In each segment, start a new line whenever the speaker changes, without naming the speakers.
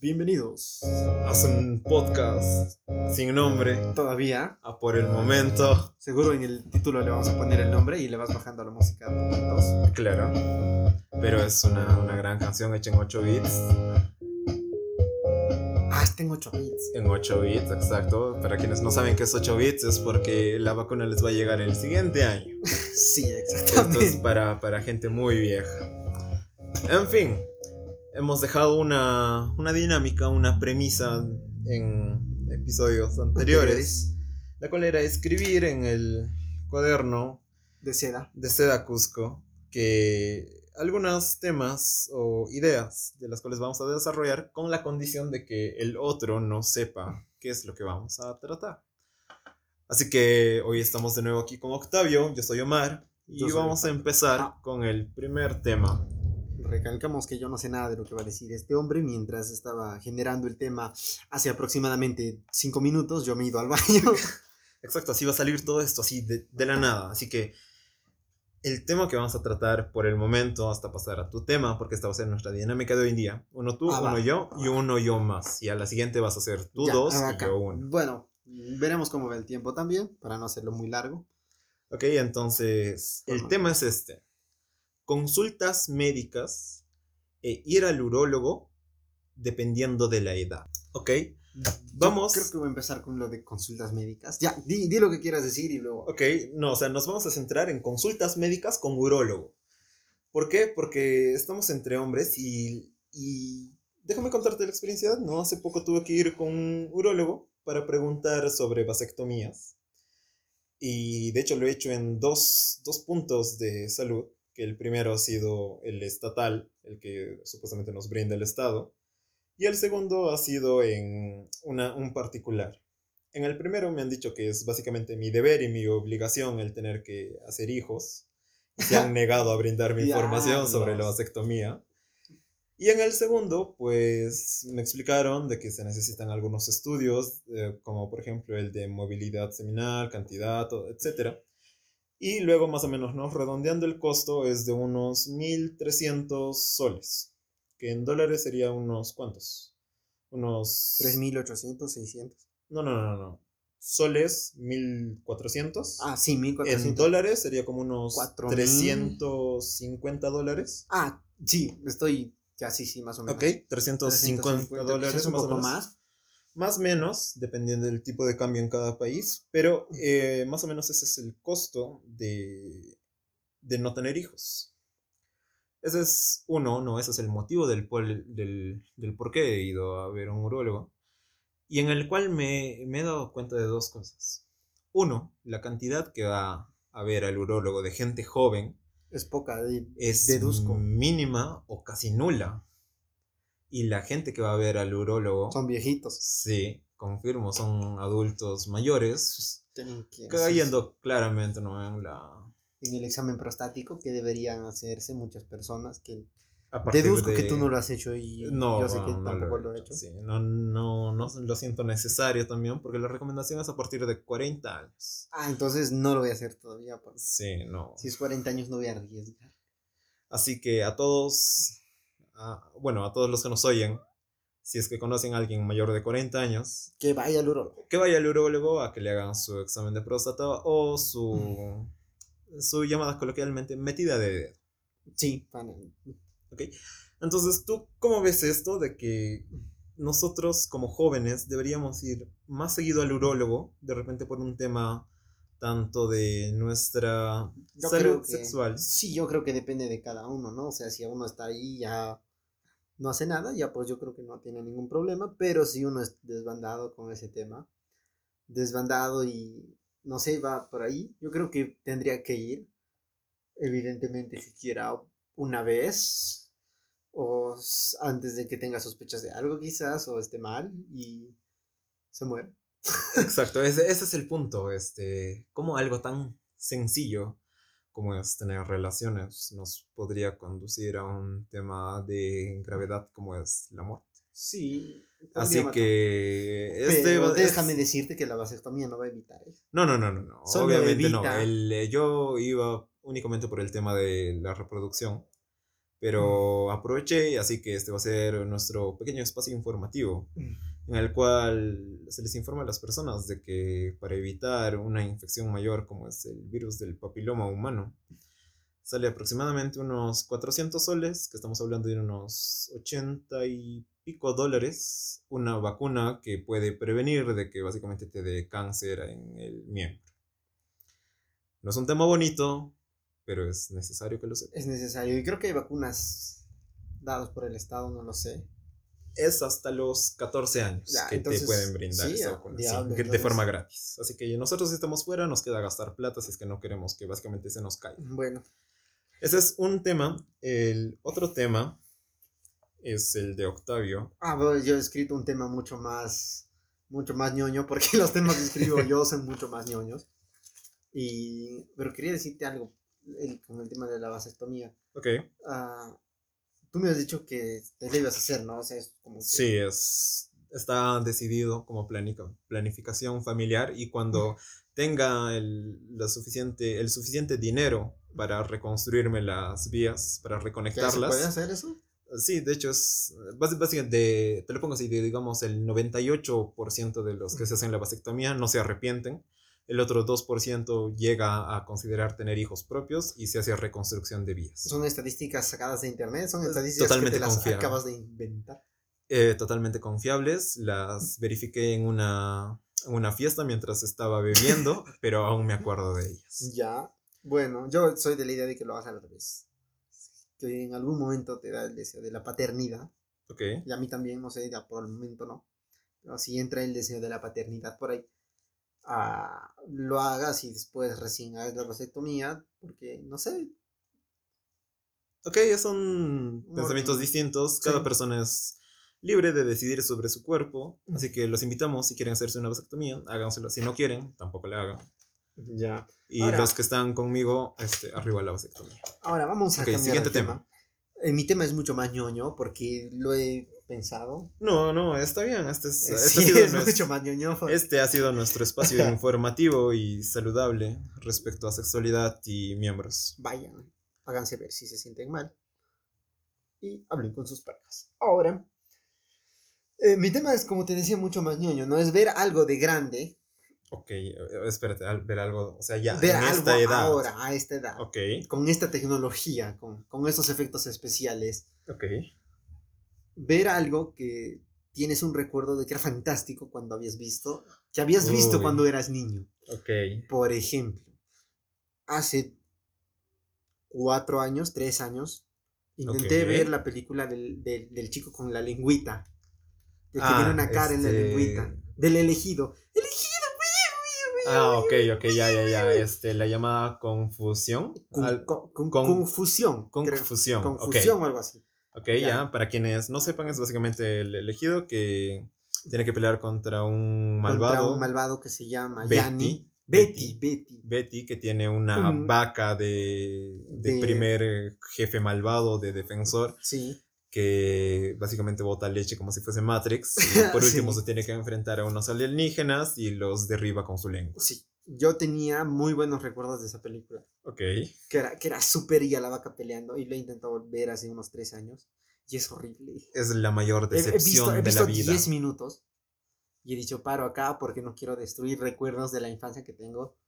Bienvenidos.
Hacen un podcast sin nombre.
Todavía,
A por el momento.
seguro en el título le vamos a poner el nombre y le vas bajando la música a poquitos.
Claro. Pero es una, una gran canción hecha en 8 bits.
Ah, está en 8 bits.
En 8 bits, exacto. Para quienes no saben qué es 8 bits, es porque la vacuna les va a llegar el siguiente año.
Sí,
Esto es
exactamente.
para, para gente muy vieja. En fin, hemos dejado una, una dinámica, una premisa en episodios anteriores. La cual era escribir en el cuaderno
De seda.
de Seda Cusco que algunos temas o ideas de las cuales vamos a desarrollar con la condición de que el otro no sepa qué es lo que vamos a tratar. Así que hoy estamos de nuevo aquí con Octavio, yo soy Omar y
Yo soy
vamos a empezar
Ah.
con el primer tema.
Recalcamos que yo no sé nada de lo que va a decir este hombre. Mientras estaba generando el tema hace aproximadamente 5 minutos, yo me he ido al baño.
Exacto, así va a salir todo esto, así de, de la nada. Así que el tema que vamos a tratar por el momento, hasta pasar a tu tema, porque esta va a ser nuestra dinámica de hoy en día. Uno tú,
Ah, va.
uno yo y uno yo más. Y a la siguiente vas a ser tú
Ya, ah,
dos y
acá.
yo uno.
Bueno, veremos cómo va el tiempo también, para no hacerlo muy largo.
Ok, entonces el
Ajá.
tema es este. Consultas médicas e ir al urólogo dependiendo de la edad. Ok, vamos.
Yo creo que voy a empezar con lo de consultas médicas. Ya, di, di lo que quieras decir y luego.
Ok, no, o sea, nos vamos a centrar en consultas médicas con urólogo. ¿Por qué? Porque estamos entre hombres y, y déjame contarte la experiencia, ¿no? Hace poco tuve que ir con un urólogo para preguntar sobre vasectomías. Y de hecho lo he hecho en dos, dos puntos de salud, que el primero ha sido el estatal, el que supuestamente nos brinda el Estado, y el segundo ha sido en una, un particular. En el primero me han dicho que es básicamente mi deber y mi obligación el tener que hacer hijos. y Se han negado a brindarme información sobre la
Diablos.
vasectomía. Y en el segundo, pues me explicaron de que se necesitan algunos estudios, eh, como por ejemplo el de movilidad seminal, cantidad, o- etcétera. Y luego más o menos, ¿no? Redondeando el costo es de unos 1.300 soles, que en dólares sería unos cuantos. Unos...
3.800, 600.
No, no, no, no, no. Soles, 1.400.
Ah, sí,
en
1.400.
dólares sería como unos
Cuatro mil.
350 dólares.
Ah, sí, estoy. Ya, sí, sí, más o menos.
Ok, 350
quizás
dólares
un
más o
poco
menos.
más.
Más o menos, dependiendo del tipo de cambio en cada país, pero eh, más o menos ese es el costo de, de no tener hijos. Ese es uno, no, ese es el motivo del, cual- del, del por qué he ido a ver a un urólogo, y en el cual me, me he dado cuenta de dos cosas. Uno, la cantidad que va a ver al urólogo de gente joven
Es poca. de-
es
Deduzco.
mínima o casi nula. Y la gente que va a ver al urólogo...
Son viejitos.
Sí, confirmo, son adultos mayores,
Tienen que hacerse
cayendo claramente ¿no? en la...
En el examen prostático que deberían hacerse muchas personas. que
a partir
Deduzco que
de-
tú no lo has hecho y
No,
yo sé que
no, no
tampoco lo
he
he
hecho,
hecho.
sí. no, no, no lo siento necesario también, porque la recomendación es a partir de 40 años.
Ah, entonces no lo voy a hacer todavía. porque
Sí, no.
Si es 40 años no voy a arriesgar.
Así que a todos, a- bueno, a todos los que nos oyen, si es que conocen a alguien mayor de 40 años,
Que vaya al urólogo.
que vaya al urólogo a que le hagan su examen de próstata o su, su llamada coloquialmente metida de dedo.
Sí, van-
Entonces, ¿tú cómo ves esto de que nosotros como jóvenes deberíamos ir más seguido al urólogo, de repente por un tema tanto de nuestra
Yo
salud
creo que-
sexual?
Sí, yo creo que depende de cada uno, ¿no? O sea, si uno está ahí ya no hace nada, ya pues yo creo que no tiene ningún problema, pero si uno es desbandado con ese tema, desbandado y no sé, va por ahí, yo creo que tendría que ir, evidentemente siquiera una vez o s- antes de que tenga sospechas de algo quizás o esté mal y se muere.
Exacto, ese, ese es el punto, este, cómo algo tan sencillo como es tener relaciones nos podría conducir a un tema de gravedad como es el amor.
Sí.
Así que este
Pero
va- es-
déjame decirte que la vasectomía no va a evitar eso.
No, no, no, no, no.
Solo
Obviamente no.
evita.
El, eh, yo iba únicamente por el tema de la reproducción. Pero aproveché, así que este va a ser nuestro pequeño espacio informativo en el cual se les informa a las personas de que para evitar una infección mayor como es el virus del papiloma humano, sale aproximadamente unos 400 soles, que estamos hablando de unos 80 y pico dólares, una vacuna que puede prevenir de que básicamente te dé cáncer en el miembro. No es un tema bonito, pero es necesario que lo sepas.
Es necesario. Y creo que hay vacunas dadas por el Estado, no lo sé.
Es hasta los 14 años
Ya,
que
entonces,
te pueden brindar
sí,
esa
ah,
vacuna,
diablo,
sí, que- de
entonces-
forma gratis. Así que nosotros si estamos fuera, nos queda gastar plata si es que no queremos que básicamente se nos caiga.
Bueno,
Ese es un tema. El otro tema es el de Octavio.
ah, bueno, yo he escrito un tema mucho más, mucho más ñoño, porque los temas que escribo yo son mucho más ñoños. Y, pero quería decirte algo el- con el tema de la vasectomía.
Ok.
Ah, tú me has dicho que te lo ibas a hacer, ¿no? O sea, es como que-
Sí, es, está decidido como planica- planificación familiar y cuando tenga el, la suficiente, el suficiente dinero para reconstruirme las vías, para
¿Ya se puede
reconectarlas.
hacer eso?
Sí, de hecho es bas- básicamente, de- te lo pongo así, de, digamos el 98% de los que se hacen la vasectomía no se arrepienten, el otro 2% llega a considerar tener hijos propios y se hace reconstrucción de vías.
Son estadísticas sacadas de internet, son estadísticas
Totalmente
que te las
confiable.
acabas de inventar.
eh, totalmente confiables. Las verifiqué en una, en una fiesta mientras estaba bebiendo, pero aún me acuerdo de ellas.
Ya. Bueno, yo soy de la idea de que lo hagas al revés. Que en algún momento te da el deseo de la paternidad.
Ok,
Y a mí también, no sé, ya por el momento no. Pero si entra el deseo de la paternidad por ahí, ah, lo hagas y después recién hagas la vasectomía, porque no sé.
ok, son pensamientos distintos. Cada
Sí.
persona es libre de decidir sobre su cuerpo, así que los invitamos. Si quieren hacerse una vasectomía, háganselo. Si no quieren, tampoco la hagan.
Ya.
Y
Ahora-
los que están conmigo, este, arriba la vasectomía.
Ahora vamos a
Ok,
cambiar
siguiente
el
tema.
Eh, mi tema es mucho más ñoño porque lo he pensado.
No, no, está bien. Este, es,
Eh,
este
sí,
ha sido
es
nuestro-
mucho más ñoño.
Este ha sido nuestro espacio informativo y saludable respecto a sexualidad y miembros.
vayan, háganse ver si se sienten mal y hablen con sus parejas. Ahora, eh, mi tema es, como te decía, mucho más ñoño, ¿no? Es ver algo de grande,
Ok, eh, espérate, al- ver algo, o sea, ya,
ver
en
algo
esta edad.
ahora, a esta edad,
Ok,
con esta tecnología, con, con estos efectos especiales,
ok.
ver algo que tienes un recuerdo de que era fantástico cuando habías visto, que habías visto
Uy.
cuando eras niño.
Ok.
Por ejemplo, hace cuatro años, tres años, intenté
Ok.
ver la película del, del- del chico con la lengüita. El que
Ah,
tiene una cara en la
este-
lengüita. Del elegido. ¡Elegido!
Ah, ok, ok, ya, ya, ya. Este, la llamada confusión.
Con,
al-
con- con-
con-
confusión. creo.
confusión. ok.
Confusión o algo así.
Ok, ya. para quienes no sepan, es básicamente el elegido que tiene que pelear contra un
Contra
malvado.
un malvado que se llama
Betty.
Yanni. Betty, Betty.
Betty, que tiene una
Un-
vaca de, de
de-
primer eh, jefe malvado, de defensor,
Sí.
que básicamente bota leche como si fuese Matrix. Y por
Sí.
último se tiene que enfrentar a unos alienígenas y los derriba con su lengua.
Sí. Yo tenía muy buenos recuerdos de esa película.
Ok.
Que era, que era súper y a la vaca peleando. Y lo he intentado ver hace unos tres años. Y es horrible.
Es la mayor
He-
decepción
he visto, he
de
visto
la vida.
10 minutos y he dicho paro acá porque no quiero destruir recuerdos de la infancia que tengo porque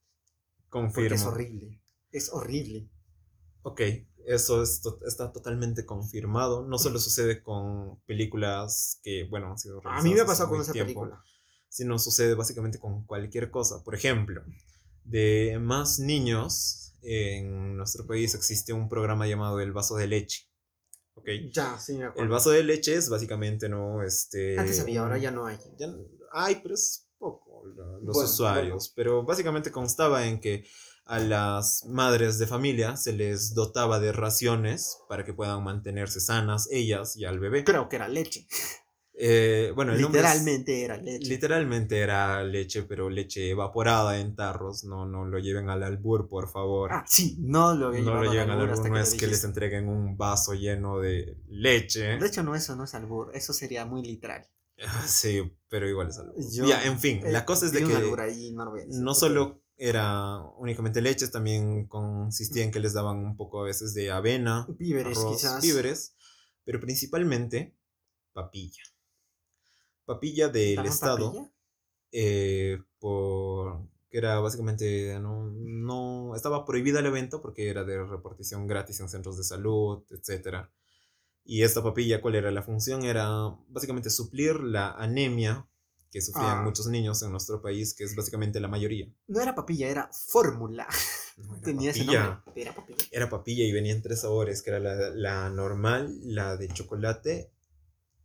es
Confirmo.
horrible. Es horrible.
Ok, eso es to- está totalmente confirmado. No solo sucede con películas que, bueno, han
A
sido
mí me ha
realizadas hace
pasado con
muy
esa
tiempo,
película.
Sino sucede básicamente con cualquier cosa. Por ejemplo, de más niños, en nuestro país existe un programa llamado El Vaso de Leche. Ok.
Ya, sí me
El
acuerdo.
vaso de leche es básicamente, ¿no? Este,
Antes había,
un-
ahora ya no hay.
ya no- ay, pero es poco lo- los
Bueno,
usuarios. Pero básicamente constaba en que a las madres de familia se les dotaba de raciones para que puedan mantenerse sanas ellas y al bebé.
Creo que era leche.
Eh, bueno, el nombre es-
Literalmente era leche.
literalmente era leche, pero leche evaporada en tarros. No, no lo lleven al albur, por favor.
Ah, sí, no lo había
no lo
llevado
lleven al
albur hasta
albur, no
lo
es que les
dijiste.
entreguen un vaso lleno de leche.
De hecho, no, eso no es albur. Eso sería muy literal.
Sí, pero igual es algo.
Yo-
ya, en fin,
Eh,
la cosa es de
vi un
que
albur ahí, no lo voy a decir,
no
porque-
solo era únicamente leches, también consistía en que les daban un poco a veces de avena,
Víveres,
arroz,
quizás.
víveres, pero principalmente papilla. Papilla del
¿Llaman
Estado,
papilla?
eh, por, que era básicamente, no, no, estaba prohibida la venta porque era de repartición gratis en centros de salud, etc. Y esta papilla, ¿cuál era la función? Era básicamente suplir la anemia que sufrían
Ah.
muchos niños en nuestro país, que es básicamente la mayoría.
No era papilla, era fórmula.
No, era
Tenía ese
papilla.
nombre. Era papilla.
Era papilla y venían tres sabores, que era la, la normal, la de chocolate,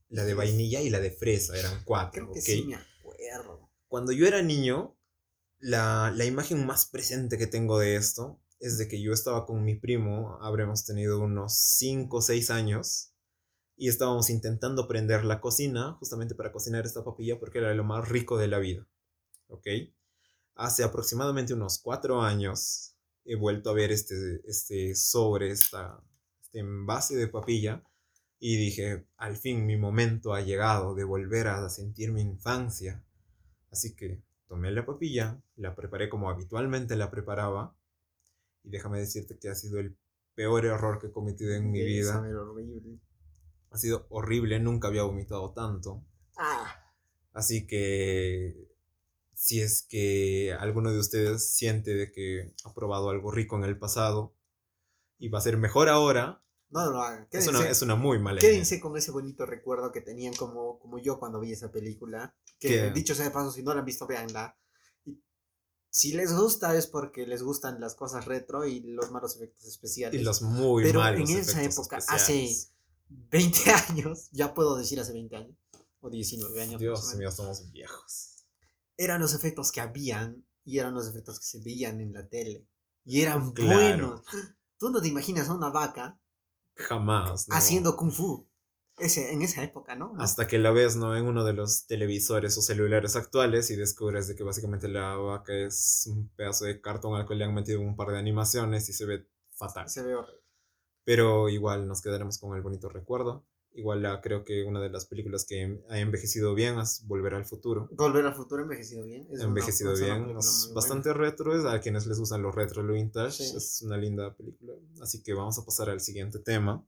la de vainilla y la de fresa, eran cuatro.
Creo que
Ah, ¿ok?
sí me acuerdo.
Cuando yo era niño, la, la imagen más presente que tengo de esto es de que yo estaba con mi primo, habremos tenido unos 5 o 6 años, y estábamos intentando prender la cocina justamente para cocinar esta papilla porque era lo más rico de la vida. ¿Ok? Hace aproximadamente unos 4 años he vuelto a ver este, este sobre, esta, este envase de papilla, y dije, al fin mi momento ha llegado de volver a sentir mi infancia. Así que tomé la papilla, la preparé como habitualmente la preparaba. Y déjame decirte que ha sido el peor error que he cometido en mi
Debe
vida.
saber horrible.
Ha sido horrible, nunca había vomitado tanto.
Ah,
Así que si es que alguno de ustedes siente de que ha probado algo rico en el pasado y va a ser mejor ahora,
no lo hagan.
es
Quédense,
una, es una muy mala idea.
quédense con ese bonito recuerdo que tenían como, como yo cuando vi esa película. Que
¿Qué?
dicho sea de paso, si no la han visto, véanla. Y si les gusta es porque les gustan las cosas retro y los malos efectos especiales.
Y los muy
Pero
malos
en esa
efectos
época,
especiales.
20 años, ya puedo decir hace 20 años, o 19 años. más o
Dios
menos.
mío, somos viejos.
eran los efectos que habían y eran los efectos que se veían en la tele. Y eran
Claro.
buenos. Tú no te imaginas a una vaca
Jamás. ¿no?
haciendo kung fu. Ese, en esa época, ¿no?
Hasta que la ves, ¿no? En uno de los televisores o celulares actuales y descubres de que básicamente la vaca es un pedazo de cartón al cual le han metido un par de animaciones y se ve fatal.
Se ve horrible.
Pero igual nos quedaremos con el bonito recuerdo. Igual la- creo que una de las películas que ha envejecido bien es Volver al Futuro.
Volver al futuro envejecido bien. es una-
Ha envejecido
es una
bien,
película
es
muy buena.
bastante retro, es a quienes les gustan los retro, lo vintage,
Sí.
es una linda película. Así que vamos a pasar al siguiente tema,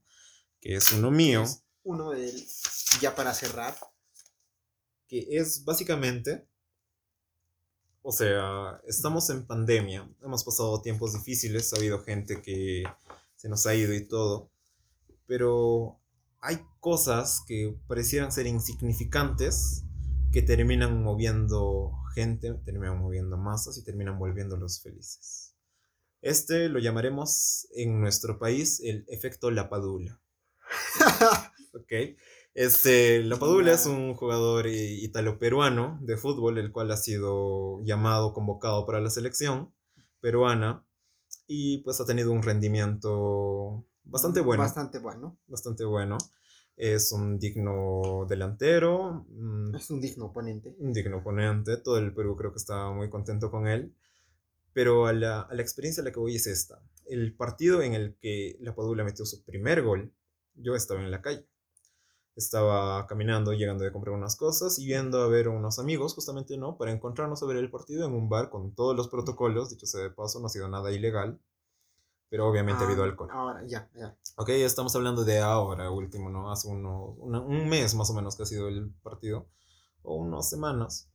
que es uno mío.
Es uno del. Ya para cerrar.
que es básicamente, o sea, estamos en pandemia, hemos pasado tiempos difíciles, ha habido gente que se nos ha ido y todo, pero hay cosas que parecieran ser insignificantes que terminan moviendo gente, terminan moviendo masas y terminan volviéndolos felices. Este lo llamaremos en nuestro país el efecto Lapadula. Ok. Este, Lapadula
Ya.
es un jugador i- italo-peruano de fútbol, el cual ha sido llamado, convocado para la selección peruana y pues ha tenido un rendimiento
Mm,
bastante bueno,
Bastante bueno.
bastante bueno. Es un digno delantero, mm,
Es un digno oponente.
un digno oponente, todo el Perú creo que estaba muy contento con él, pero a la, a la experiencia a la que voy es esta. El partido en el que Lapadula metió su primer gol, yo estaba en la calle. Estaba caminando, llegando de comprar unas cosas y viendo a ver a unos amigos, justamente no, para encontrarnos a ver el partido en un bar con todos los protocolos. Dicho sea de paso, no ha sido nada ilegal, pero obviamente ha habido
Ah,
alcohol.
Ahora, ya, ya.
Ok, estamos hablando de ahora, último, ¿no? Hace uno, una- un mes más o menos que ha sido el partido, o unas semanas.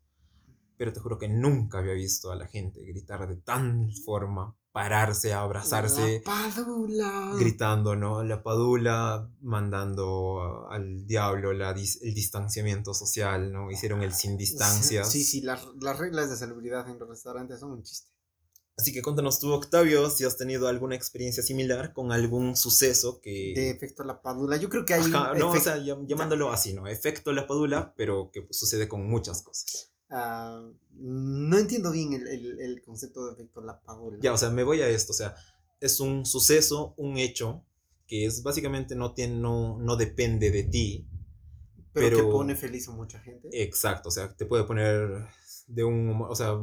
Pero te juro que nunca había visto a la gente gritar de tan forma, pararse, abrazarse,
La Padula.
gritando, ¿no? La padula, mandando a- al diablo la dis- el distanciamiento social, ¿no? Hicieron el sin distancias.
Sí, sí, las, las reglas de salubridad en los restaurantes son un chiste.
Así que cuéntanos tú, Octavio, si has tenido alguna experiencia similar con algún suceso que...
de efecto la padula. Yo creo que hay
Ajá,
un
no, o
efecto-
sea, llam- llamándolo así, ¿no? Efecto la padula, pero que pues, sucede con muchas cosas.
ah, no entiendo bien el, el- el concepto de efecto la padula.
Ya, o sea, me voy a esto, o sea, es un suceso, un hecho, que es básicamente no, tiene, no, no depende de ti.
pero, que
pero-
pone feliz a mucha gente.
Exacto, o sea, te puede poner de un humor, o sea,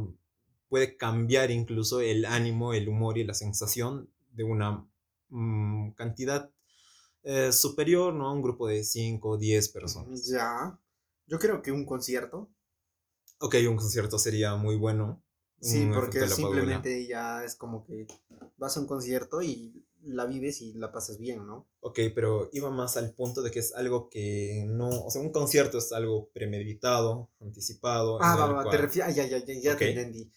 puede cambiar incluso el ánimo, el humor y la sensación de una mm, cantidad eh, superior, ¿no? A un grupo de 5 o 10 personas.
ya. Yo creo que un concierto.
Ok, un concierto sería muy bueno.
Sí,
un
porque
efecto de la pavuna.
simplemente ya es como que vas a un concierto y la vives y la pasas bien, ¿no?
Ok, pero iba más al punto de que es algo que no, o sea, un concierto es algo premeditado, anticipado.
Ah,
en
va,
el
va, te
cual-
refieres. Ah, ya, ya, ya, ya
Ok.
te entendí.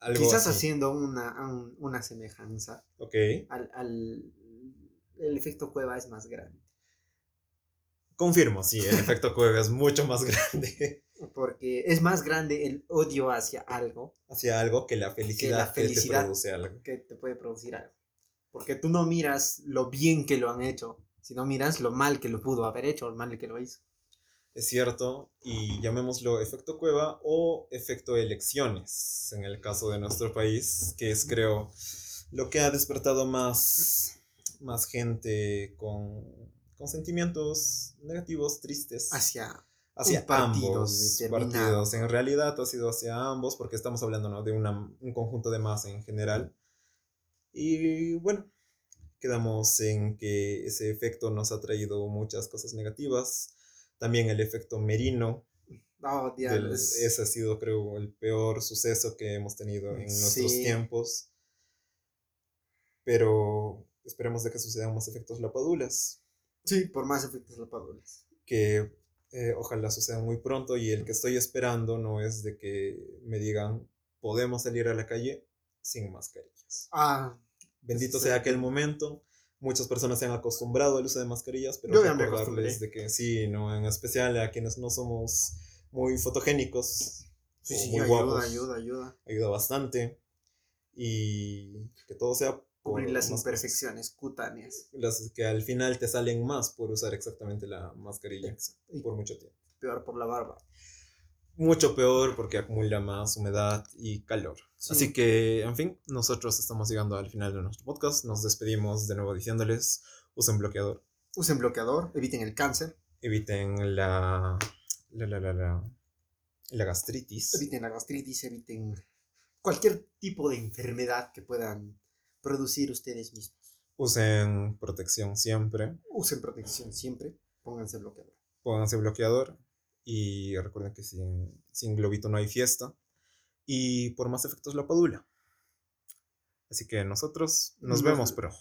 algo
Quizás
así.
haciendo una, a un- una semejanza
Ok.
al, al- El efecto cueva es más grande.
Confirmo, sí, el efecto cueva es mucho más grande
Porque es más grande el odio hacia algo
hacia algo que la felicidad que,
felicidad.
te produce algo.
que te puede producir algo. Porque tú no miras lo bien que lo han hecho, sino miras lo mal que lo pudo haber hecho, lo mal que lo hizo.
Es cierto, y llamémoslo efecto cueva o efecto elecciones, en el caso de nuestro país, que es creo lo que ha despertado más, más gente con, con sentimientos negativos, tristes,
Hacia.
hacia
un partido
ambos
determinado.
partidos. En realidad ha sido hacia ambos, porque estamos hablando ¿no? de una- un conjunto de más en general. Y bueno, quedamos en que ese efecto nos ha traído muchas cosas negativas. También el efecto merino.
Oh,
del-
diablos.
ese ha sido, creo, el peor suceso que hemos tenido en nuestros
Sí.
tiempos. Pero esperemos de que sucedan más efectos lapadulas
Sí, por más efectos lapadules.
que eh, ojalá suceda muy pronto y el que estoy esperando no es de que me digan podemos salir a la calle sin mascarillas.
Ah,
Bendito
Sí.
sea aquel momento. Muchas personas se han acostumbrado al uso de mascarillas, pero
Yo ya me
recordarles
acostumbré.
de que sí, no, en especial a quienes no somos muy fotogénicos,
sí,
o
sí,
muy
ayuda,
guapos,
ayuda, ayuda.
ayuda bastante y que todo sea por
Cubrir las
más-
imperfecciones cutáneas.
las que al final te salen más por usar exactamente la mascarilla
Y
por mucho tiempo.
peor por la barba.
mucho peor porque acumula más humedad y calor.
Sí.
Así que, en fin, nosotros estamos llegando al final de nuestro podcast. Nos despedimos de nuevo diciéndoles, usen bloqueador,
Usen bloqueador, eviten el cáncer,
eviten la la la la la, la gastritis.
eviten la gastritis, eviten cualquier tipo de enfermedad que puedan producir ustedes mismos.
Usen protección siempre,
Usen protección siempre, pónganse bloqueador.
pónganse bloqueador y recuerden que sin, sin globito no hay fiesta. Y por más efectos la padula. Así que nosotros nos
Nos-
vemos, pero